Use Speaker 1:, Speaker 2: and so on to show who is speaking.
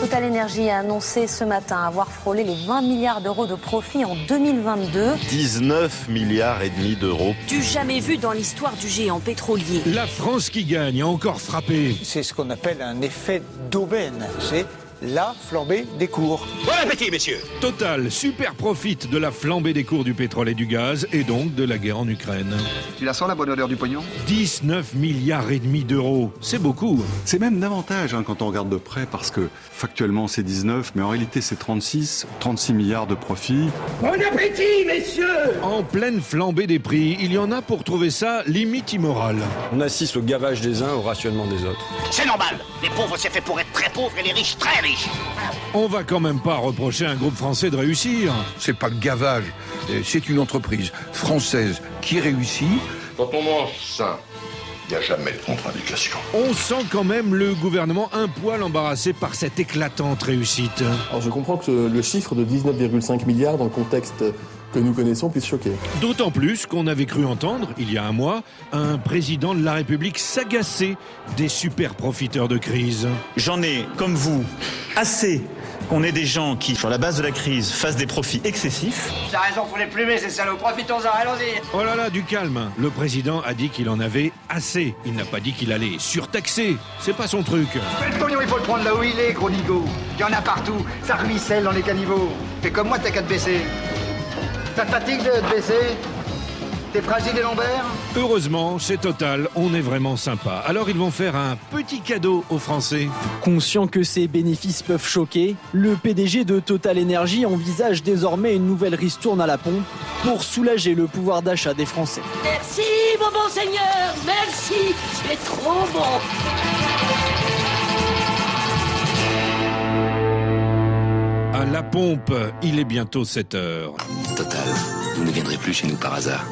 Speaker 1: Total Energy a annoncé ce matin avoir frôlé les 20 milliards d'euros de profit en 2022.
Speaker 2: 19 milliards et demi d'euros.
Speaker 3: Du jamais vu dans l'histoire du géant pétrolier.
Speaker 4: La France qui gagne a encore frappé.
Speaker 5: C'est ce qu'on appelle un effet d'aubaine. C'est la flambée des cours.
Speaker 6: Bon appétit, messieurs
Speaker 4: Total super profite de la flambée des cours du pétrole et du gaz et donc de la guerre en Ukraine.
Speaker 7: Tu la sens la bonne odeur du pognon
Speaker 4: 19 milliards et demi d'euros, c'est beaucoup.
Speaker 8: C'est même davantage hein, quand on regarde de près parce que factuellement c'est 19, mais en réalité c'est 36, 36 milliards de profits.
Speaker 6: Bon appétit, messieurs
Speaker 4: En pleine flambée des prix, il y en a pour trouver ça limite immoral.
Speaker 9: On assiste au gavage des uns, au rationnement des autres.
Speaker 6: C'est normal, les pauvres c'est fait pour être très pauvres et les riches très riches.
Speaker 4: On va quand même pas reprocher à un groupe français de réussir.
Speaker 10: C'est pas le gavage, euh, c'est une entreprise française qui réussit.
Speaker 11: Quand on mange ça, il n'y a jamais de contre-indication.
Speaker 4: On sent quand même le gouvernement un poil embarrassé par cette éclatante réussite.
Speaker 12: Alors je comprends que le chiffre de 19,5 milliards dans le contexte que nous connaissons puisse choquer.
Speaker 4: D'autant plus qu'on avait cru entendre, il y a un mois, un président de la République s'agacer des super profiteurs de crise.
Speaker 13: J'en ai, comme vous, assez qu'on ait des gens qui, sur la base de la crise, fassent des profits excessifs.
Speaker 14: T'as raison, faut les plumer, ces salauds. Profitons-en, allons-y.
Speaker 4: Oh là là, du calme. Le président a dit qu'il en avait assez. Il n'a pas dit qu'il allait surtaxer. C'est pas son truc.
Speaker 15: Mais le pognon, il faut le prendre là où il est, gros nigo. Il y en a partout. Ça ruisselle dans les caniveaux. Fais comme moi, t'as qu'à te baisser. Ça te fatigue de te baisser T'es fragile et lombaire
Speaker 4: Heureusement, chez Total, on est vraiment sympa. Alors ils vont faire un petit cadeau aux Français.
Speaker 16: Conscient que ces bénéfices peuvent choquer, le PDG de Total Energy envisage désormais une nouvelle ristourne à la pompe pour soulager le pouvoir d'achat des Français.
Speaker 17: Merci, mon bon seigneur Merci C'est trop bon
Speaker 4: À la pompe, il est bientôt 7 heures.
Speaker 18: Total, vous ne viendrez plus chez nous par hasard.